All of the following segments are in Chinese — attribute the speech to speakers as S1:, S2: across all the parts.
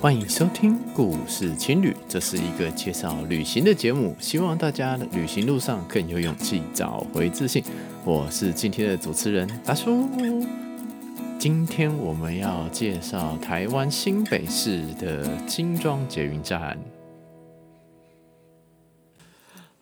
S1: 欢迎收听《故事情侣》，这是一个介绍旅行的节目，希望大家旅行路上更有勇气，找回自信。我是今天的主持人达叔。今天我们要介绍台湾新北市的金庄捷运站。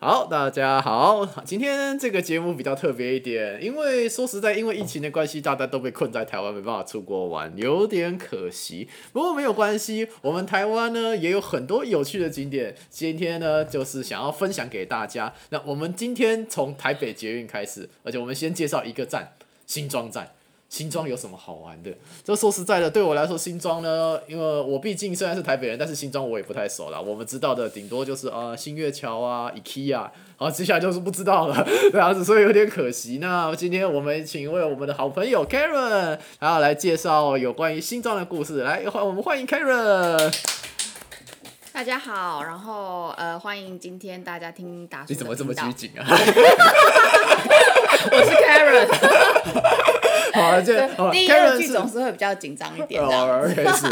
S1: 好，大家好，今天这个节目比较特别一点，因为说实在，因为疫情的关系，大家都被困在台湾，没办法出国玩，有点可惜。不过没有关系，我们台湾呢也有很多有趣的景点，今天呢就是想要分享给大家。那我们今天从台北捷运开始，而且我们先介绍一个站——新庄站。新庄有什么好玩的？这说实在的，对我来说，新庄呢，因为我毕竟虽然是台北人，但是新庄我也不太熟啦。我们知道的顶多就是呃新月桥啊、IKEA，好，接下来就是不知道了， 这样子，所以有点可惜。那今天我们请一位我们的好朋友 Karen，然后来介绍有关于新庄的故事。来，欢我们欢迎 Karen。
S2: 大家好，然后呃，欢迎今天大家听打叔
S1: 你
S2: 的
S1: 怎么这么
S2: 频
S1: 拘
S2: 道
S1: 谨啊？
S2: 我是 Karen，
S1: 好了，这好了
S2: 第一二
S1: 哦，Karen
S2: 句
S1: 是
S2: 总是会比较紧张一点的。
S1: 哦，OK 是。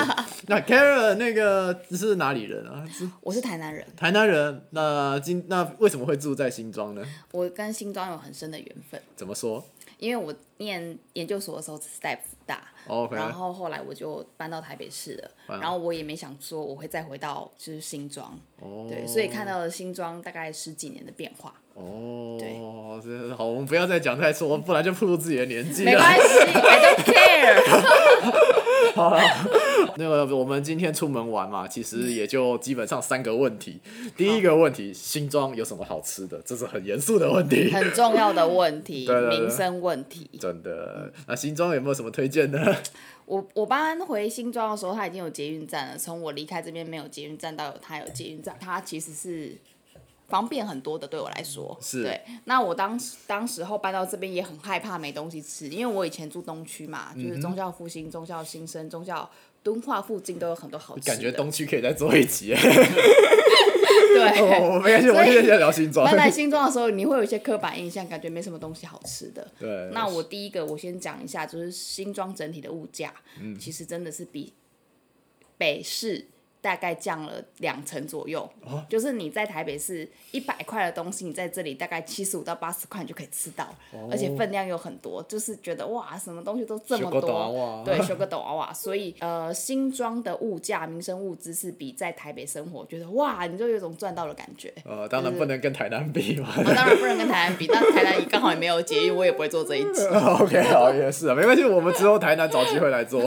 S1: 那 Karen 那个是哪里人啊？是
S2: 我是台南人，
S1: 台南人，那今那为什么会住在新庄呢？
S2: 我跟新庄有很深的缘分，
S1: 怎么说
S2: 因为我念研究所的时候只是在福大，
S1: ？OK，
S2: 然后后来我就搬到台北市了，
S1: 哇
S2: 然后我也没想说我会再回到就是新庄，
S1: 哦，
S2: 对，所以看到了新庄大概十几年的变化，
S1: 哦，
S2: 对
S1: 真的好，我们不要再讲太多，不然就暴露自己的年纪
S2: 没
S1: 了。
S2: 关系，I don't care。
S1: 那个我们今天出门玩嘛，其实也就基本上三个问题。第一个问题，新庄有什么好吃的？这是很严肃的问题，
S2: 很重要的问 题
S1: 对对，对
S2: 民生问题。
S1: 真的。那新庄有没有什么推荐呢？
S2: 我我搬回新庄的时候，它已经有捷运站了。从我离开这边没有捷运站到有它有捷运站，它其实是方便很多的，对我来说。
S1: 嗯是
S2: 对，那我当时当时候搬到这边也很害怕没东西吃，因为我以前住东区嘛，
S1: 嗯
S2: 就是忠孝复兴、忠孝新生、忠孝敦化附近都有很多好吃的。
S1: 感觉东区可以再做一 集。
S2: 对。
S1: 哦，没关系，我们现在先聊新庄。
S2: 搬来新庄的时候，你会有一些刻板印象，感觉没什么东西好吃的。
S1: 对，
S2: 那我第一个我先讲一下，就是新庄整体的物价，其实真的是比北市大概降了两成左右。就是你在台北市一百块的东西，你在这里大概七十五到八十块你就可以吃到，而且分量又很多，就是觉得哇，什么东西都这么
S1: 修个短
S2: 多
S1: 袜，
S2: 对，修个短袜。啊所以呃，新庄的物价、民生物资是比在台北生活，觉得哇，你就有一种赚到的感觉。
S1: 呃，当然不能跟台南 比嘛。
S2: 我啊当然不能跟台南比，但台南也刚好也没有捷运，我也不会做这一集。
S1: OK，好，也是啊，没关系，我们之后台南找机会来做。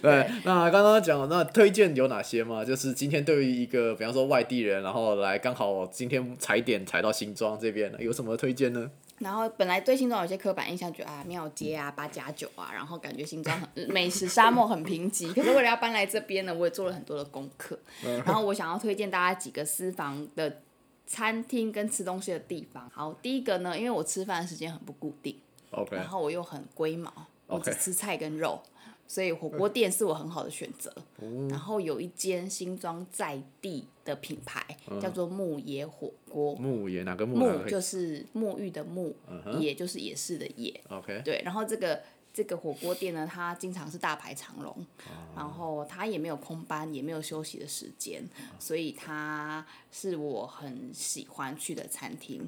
S1: 对，那刚刚讲那推荐有哪些吗？就是今天对于一个比方说外地人，然后来刚好今天踩点踩到新庄这边，有什么推荐呢？
S2: 然后本来对新庄有些刻板印象，觉得啊庙街啊八加九啊，然后感觉新庄很美食沙漠很贫瘠。可是为了要搬来这边呢，我也做了很多的功课。然后我想要推荐大家几个私房的餐厅跟吃东西的地方。好，第一个呢，因为我吃饭的时间很不固定，
S1: OK，
S2: 然后我又很龟毛，我
S1: OK
S2: 只吃菜跟肉，所以火锅店是我很好的选择。
S1: 哦
S2: 然后有一间新庄在地的品牌叫做牧野火锅。
S1: 嗯牧野哪个牧
S2: 沐
S1: 哪嗯
S2: 就
S1: 个
S2: 是沐浴的沐，野就是野市的野，
S1: ？OK，
S2: 对。然后这个这个火锅店呢，它经常是大排长龙，
S1: 哦
S2: 然后它也没有空班，也没有休息的时间，所以它是我很喜欢去的餐厅。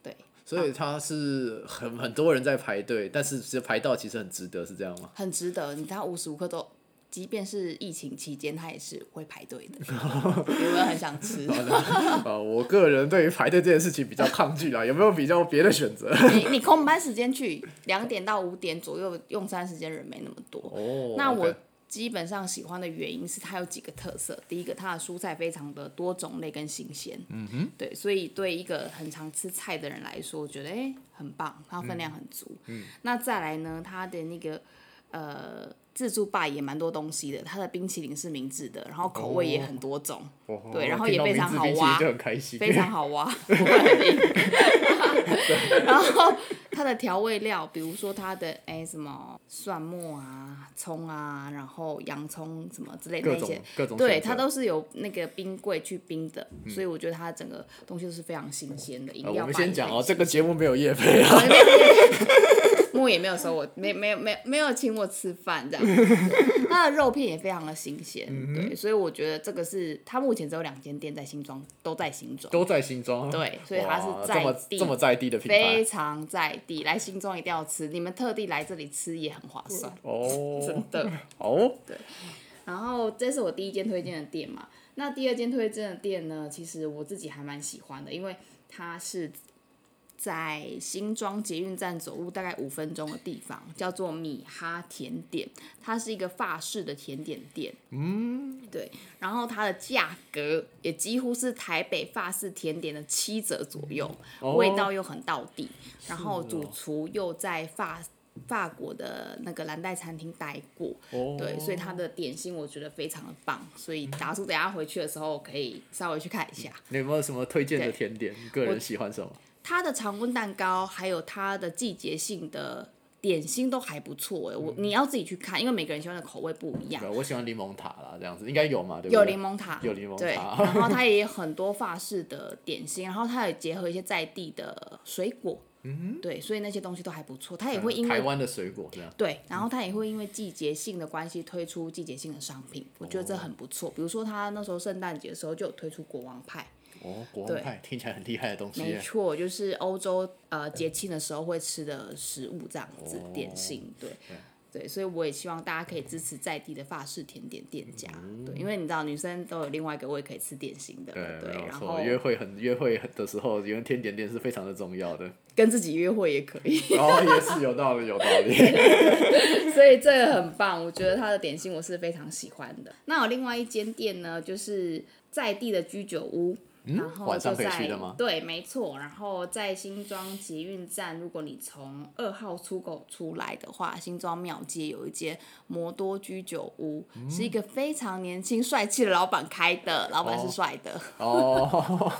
S2: 对，
S1: 所以他是很很多人在排队，但是其实排到其实很值得，是这样吗？
S2: 很值得，你它无时无刻都。即便是疫情期间，它也是会排队的。有没有很想吃？
S1: 啊，我个人对于排队这件事情比较抗拒啦，有没有比较别的选择？
S2: 你你空班时间去，两点到五点左右用餐时间人没那么多。
S1: 哦
S2: 那我
S1: OK
S2: 基本上喜欢的原因是它有几个特色，第一个它的蔬菜非常的多种类跟新鲜，嗯哼，对，所以对一个很常吃菜的人来说，我觉得哎、诶很棒，它分量很足。嗯，那再来呢，它的那个呃自助吧也蛮多东西的，它的冰淇淋是明治的，然后口味也很多种，
S1: 哦
S2: 对然后
S1: 听
S2: 也
S1: 到
S2: 非
S1: 名
S2: 常
S1: 字
S2: 好
S1: 冰淇淋
S2: 挖
S1: 就很开心，
S2: 非常好挖，不会很硬。然后它的调味料，比如说它的哎、什么蒜末啊、葱啊，然后洋葱什么之类的
S1: 各
S2: 那
S1: 种
S2: 些，
S1: 各种
S2: 对
S1: 选择
S2: 它都是有那个冰柜去冰的，所以我觉得它整个东西都是非常新鲜的。饮
S1: 呃
S2: 料
S1: 我们
S2: 吧
S1: 先
S2: 也
S1: 讲
S2: 很
S1: 哦，这个节目没有夜配啊，
S2: 木也没有收我，没没没没有请我吃饭 这样。它的肉片也非常的新鲜，
S1: 嗯
S2: 对，所以我觉得这个是它目前只有两间店在新庄，都在新庄，
S1: 都在新庄。
S2: 对所以它是
S1: 哇
S2: 在
S1: 这么
S2: 地
S1: 这么在地的品
S2: 非
S1: 牌
S2: 常在地。来新庄一定要吃，你们特地来这里吃也很划算，
S1: 哦
S2: 真的。
S1: 哦，
S2: 然后这是我第一间推荐的店嘛，那第二间推荐的店呢，其实我自己还蛮喜欢的，因为它是在新庄捷运站走路大概五分钟的地方，叫做米哈甜点，它是一个法式的甜点店。嗯，对。然后它的价格也几乎是台北法式甜点的七折左右，
S1: 哦
S2: 味道又很到地，然后主厨又在法。法国的那个蓝带餐厅待过，
S1: 哦
S2: 对，所以它的点心我觉得非常的棒，所以达叔等一下回去的时候可以稍微去看一下。
S1: 你有没有什么推荐的
S2: 对
S1: 甜点？你个人喜欢什么？
S2: 它的常温蛋糕还有它的季节性的点心都还不错哎、
S1: 嗯
S2: 我你要自己去看，因为每个人喜欢的口味不一样
S1: 对，。我喜欢柠檬塔啦，这样子应该有嘛，对不对？
S2: 有柠檬塔，
S1: 有柠檬塔
S2: 对，然后它也有很多法式的点心，然后它也结合一些在地的水果，嗯，对，所以那些东西都还不错。它也会因为
S1: 嗯台湾的水果这样。
S2: 对，然后它也会因为季节性的关系推出季节性的商品，我觉
S1: 哦
S2: 得这很不错。比如说，它那时候圣诞节的时候就有推出国王派，
S1: 哦，国王派听起来很厉害的东西
S2: 没
S1: 耶。
S2: 错，就是欧洲呃节庆的时候会吃的食物这样子，点
S1: 哦
S2: 心对。对，所以我也希望大家可以支持在地的法式甜点店家，对，因为你知道女生都有另外一个胃可以吃点心的，
S1: 嗯对，没有
S2: 然后
S1: 错，约会很约会的时候，因为甜点店是非常的重要的。
S2: 跟自己约会也可以，
S1: 哦，也是有道理，有道 理。
S2: 所以这个很棒，我觉得它的点心我是非常喜欢的。那有另外一间店呢，就是在地的居酒屋。然后
S1: 嗯晚
S2: 就
S1: 上可以
S2: 在
S1: 去的吗
S2: 对，没错。然后在新庄捷运站，如果你从二号出口出来的话，新庄庙街有一间摩多居酒屋，
S1: 嗯
S2: 是一个非常年轻帅气的老板开的，老板
S1: 哦
S2: 是帅的。
S1: 哦，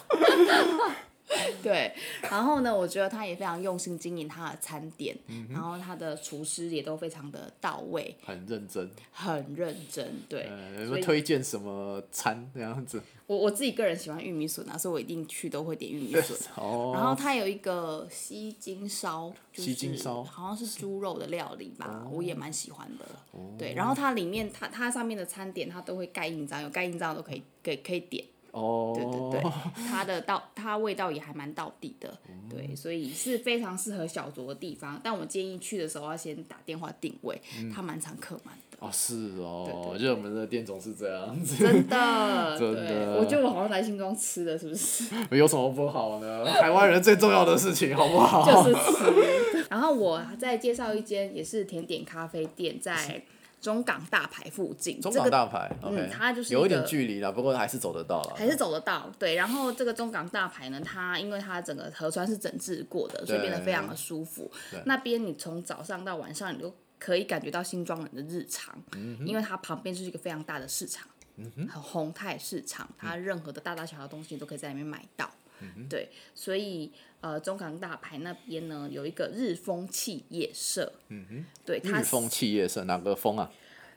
S2: 对，然后呢，我觉得他也非常用心经营他的餐点，
S1: 嗯
S2: 然后他的厨师也都非常的到位，
S1: 很认真。
S2: 很认真。对，
S1: 呃，有没
S2: 所
S1: 有
S2: 以
S1: 推荐什么餐这样子？
S2: 我我自己个人喜欢玉米笋啊，所以我一定去都会点玉米笋。
S1: 哦，
S2: 然后它有一个西京烧，就是
S1: 西京烧哦
S2: 好像是猪肉的料理吧，我也蛮喜欢的。对，然后它里面它它上面的餐点它都会盖印章，有盖印章都可以可以可以点。
S1: 哦，哦
S2: 对对对，它的到它味道也还蛮到底的，对，所以是非常适合小酌的地方。但我建议去的时候要先打电话定位，
S1: 嗯
S2: 它蛮常客满的。
S1: 哦，是哦，
S2: 对对
S1: 热门的店总是这样子，
S2: 真的，
S1: 真
S2: 对
S1: 的
S2: 我觉得我好像来新庄吃的，是不是？
S1: 有什么不好呢？台湾人最重要的事情，好不好？
S2: 就是 吃。然后我再介绍一间也是甜点咖啡店，在中港大排附近。
S1: 中
S2: 这
S1: 港
S2: 个
S1: 大牌，OK，
S2: 嗯它就是一
S1: 有一
S2: 个
S1: 点距离啦，不过还是走得到啦。
S2: 还是走得到，对。然后这个中港大排呢，它因为它整个河川是整治过的，所以变得非常的舒服。那边你从早上到晚上，你都可以感觉到新庄人的日常，因为它旁边就是一个非常大的市场，很宏泰市场，它任何的大大小小的东西你都可以在里面买到。对，所以呃，中港大排那边呢有一个日风气业社，嗯哼，对，它
S1: 日风气业是哪个风啊？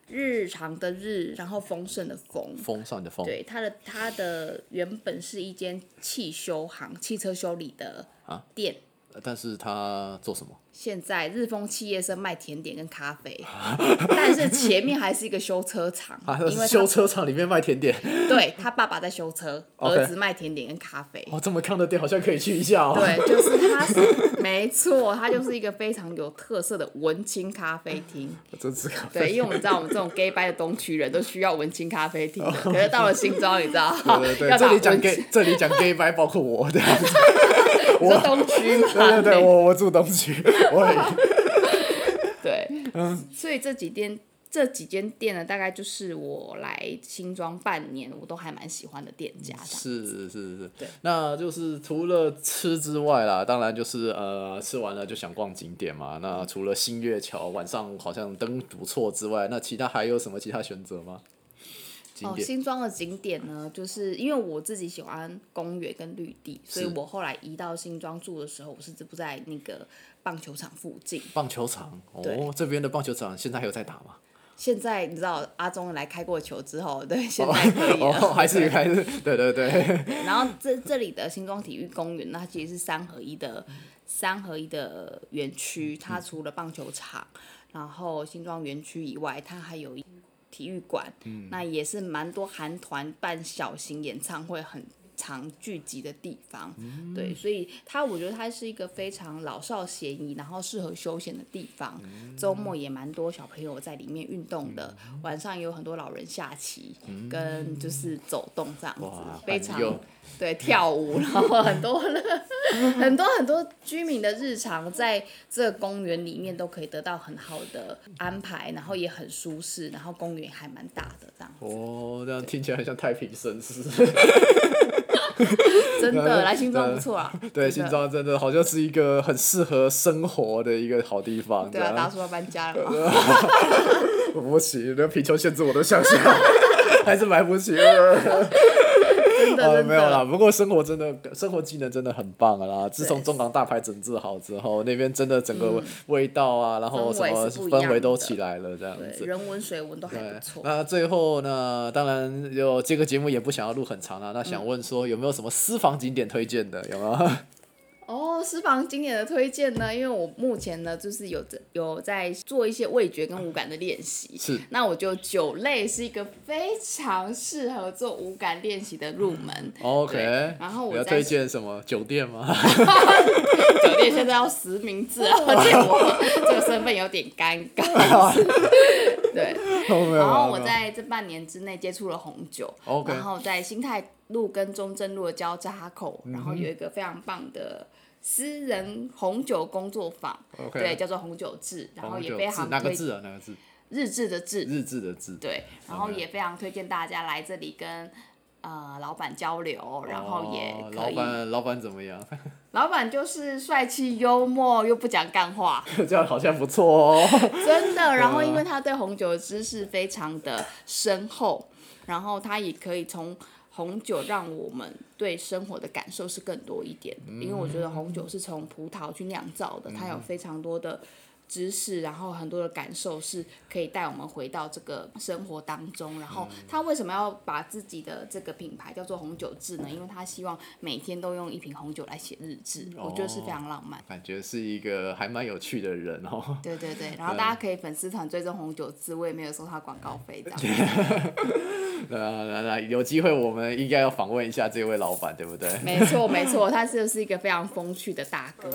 S2: 日常的日，然后丰盛的丰，
S1: 风上的风，
S2: 对，它的它的原本是一间汽修行、汽车修理的
S1: 啊
S2: 店，
S1: 但是它做什么？
S2: 现在日丰企业是卖甜点跟咖啡， 但是前面还是一个修车厂，
S1: 啊，
S2: 因 为
S1: 修
S2: 他
S1: 车厂里面卖甜点，
S2: 对他爸爸在修车，儿子卖甜点跟咖啡。
S1: 哦，这么看的店好像可以去一下哦。
S2: 对，就是他是，没错，他就是一个非常有特色的文青咖啡厅。
S1: 真是咖啡
S2: 对，因为我们知道我们这种 gay 掰的东区人都需要文青咖啡 厅的，可是到了新庄，你知道，
S1: 对对对，这
S2: 要打
S1: 里讲
S2: 文
S1: gay，这里讲 gay 拜，包括我 的。
S2: 你说东区嘛，
S1: 对对对，我我住东区，我也
S2: 对，
S1: 嗯
S2: 所以这几店这几间店呢，大概就是我来新庄半年，我都还蛮喜欢的店家这样。
S1: 是是是是
S2: 对，
S1: 那就是除了吃之外啦，当然就是呃吃完了就想逛景点嘛。那除了新月桥晚上好像灯不错之外，那其他还有什么其他选择吗？景
S2: 哦，
S1: 点？
S2: 新庄的景点呢，就是因为我自己喜欢公园跟绿地，所以
S1: 是
S2: 我后来移到新庄住的时候，我是住在那个棒球场附近。
S1: 棒球场哦
S2: 对，
S1: 这边的棒球场现在还有在打 吗？
S2: 现在你知道阿忠来开过球之后，对，现在可以了。
S1: 哦， 还 是还是对对对，
S2: 对然后这这里的新庄体育公园，那它其实是三合一的三合一的园区，
S1: 嗯
S2: 它除了棒球场，然后新庄园区以外，它还有一体育馆，
S1: 嗯
S2: 那也是蛮多韩团办小型演唱会很。常聚集的地方，
S1: 嗯
S2: 对，所以它我觉得它是一个非常老少咸宜，然后适合休闲的地方。
S1: 嗯
S2: 周末也蛮多小朋友在里面运动的，晚上也有很多老人下棋跟就是走动这样
S1: 嗯哇
S2: 子，非
S1: 很有
S2: 常对跳舞，然后很多 很多很多居民的日常在这个公园里面都可以得到很好的安排，然后也很舒适，然后公园还蛮大的 这样，
S1: 哦，这样听起来很像太平绅士。
S2: 啊真
S1: 对
S2: 的来新庄不错 啊，
S1: 对，
S2: 真
S1: 新
S2: 的
S1: 庄真的好像是一个很适合生活的一个好地方。
S2: 对啊，
S1: 这
S2: 大
S1: 样
S2: 家说要搬家了 嘛，
S1: 我不行，那贫穷限制我的想象， 还是买不起。呃
S2: 真的
S1: 呃，
S2: 真
S1: 没有啦，
S2: 的，
S1: 不过生活真的生活技能真的很棒啦。自从中港大排整治好之后，那边真的整个味道啊，然后什么
S2: 嗯氛围是不一样的
S1: 氛围都起来了，这样
S2: 对，
S1: 子。
S2: 人文水文都还不错。
S1: 那最后呢，当然有这个节目也不想要录很长啦。那想问说有没有什么私房景点推荐的？有 没有？
S2: 哦，私房经典的推荐呢，因为我目前呢就是有在有在做一些味觉跟五感的练习，
S1: 是
S2: 那我就酒类是一个非常适合做五感练习的入门。
S1: OK，
S2: 对然后我
S1: 你要
S2: 在
S1: 推荐什么酒店吗？
S2: 酒店现在要实 名制啊，而且我这个身份有点尴 尬。对，然
S1: 然
S2: 后我在这半年之内接触了红酒
S1: OK
S2: 然后在新泰路跟中正路的交叉口，然
S1: 嗯
S2: 后有一个非常棒的。私人红酒工作坊
S1: OK
S2: 对，叫做红酒志，然后
S1: 红
S2: 也
S1: 酒
S2: 非
S1: 字
S2: 常
S1: 哪个
S2: 推
S1: 字啊？哪个字？
S2: 日志的志，
S1: 日字的字。
S2: 对，然后
S1: OK
S2: 也非常推荐大家来这里跟呃老板交流，然后也
S1: 哦
S2: 可
S1: 老
S2: 以。
S1: 板，老板怎么样？
S2: 老板就是帅气幽默又不讲干话，
S1: 这样好像不错哦。
S2: 真的。然后因为他对红酒的知识非常的深厚，然后他也可以从红酒让我们对生活的感受是更多一点。因为我觉得红酒是从葡萄去酿造的，它有非常多的。知识，然后很多的感受是可以带我们回到这个生活当中。然后他为什么要把自己的这个品牌叫做红酒志呢？因为他希望每天都用一瓶红酒来写日志，我觉得是非常浪漫。
S1: 感觉是一个还蛮有趣的人哦。
S2: 对对对，然后大家可以粉丝团追踪红酒滋味，没有收他广告费这样。
S1: 那那那有机会我们应该要访问一下这位老板，对不对
S2: 没错没错，他就是一个非常风趣的大哥。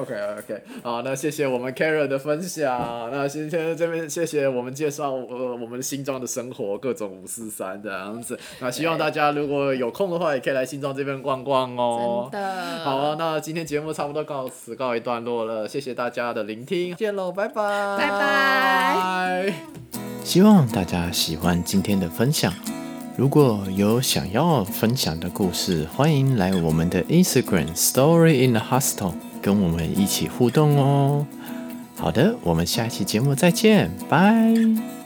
S1: ？OK OK，好，那谢谢我们 Karen 的分享。那今天这边谢谢我们介绍呃我们新庄的生活各种五四三这样子。那希望大家如果有空的话，也可以来新庄这边逛逛哦。
S2: 真 的
S1: 好啊，那今天节目差不多告此告一段落了，谢谢大家的聆听，见喽，拜拜，
S2: 拜拜。
S3: 希望大家喜欢今天的分享。如果有想要分享的故事，欢迎来我们的 Instagram Story in the Hostel 跟我们一起互动哦。好的，我们下一期节目再见，拜。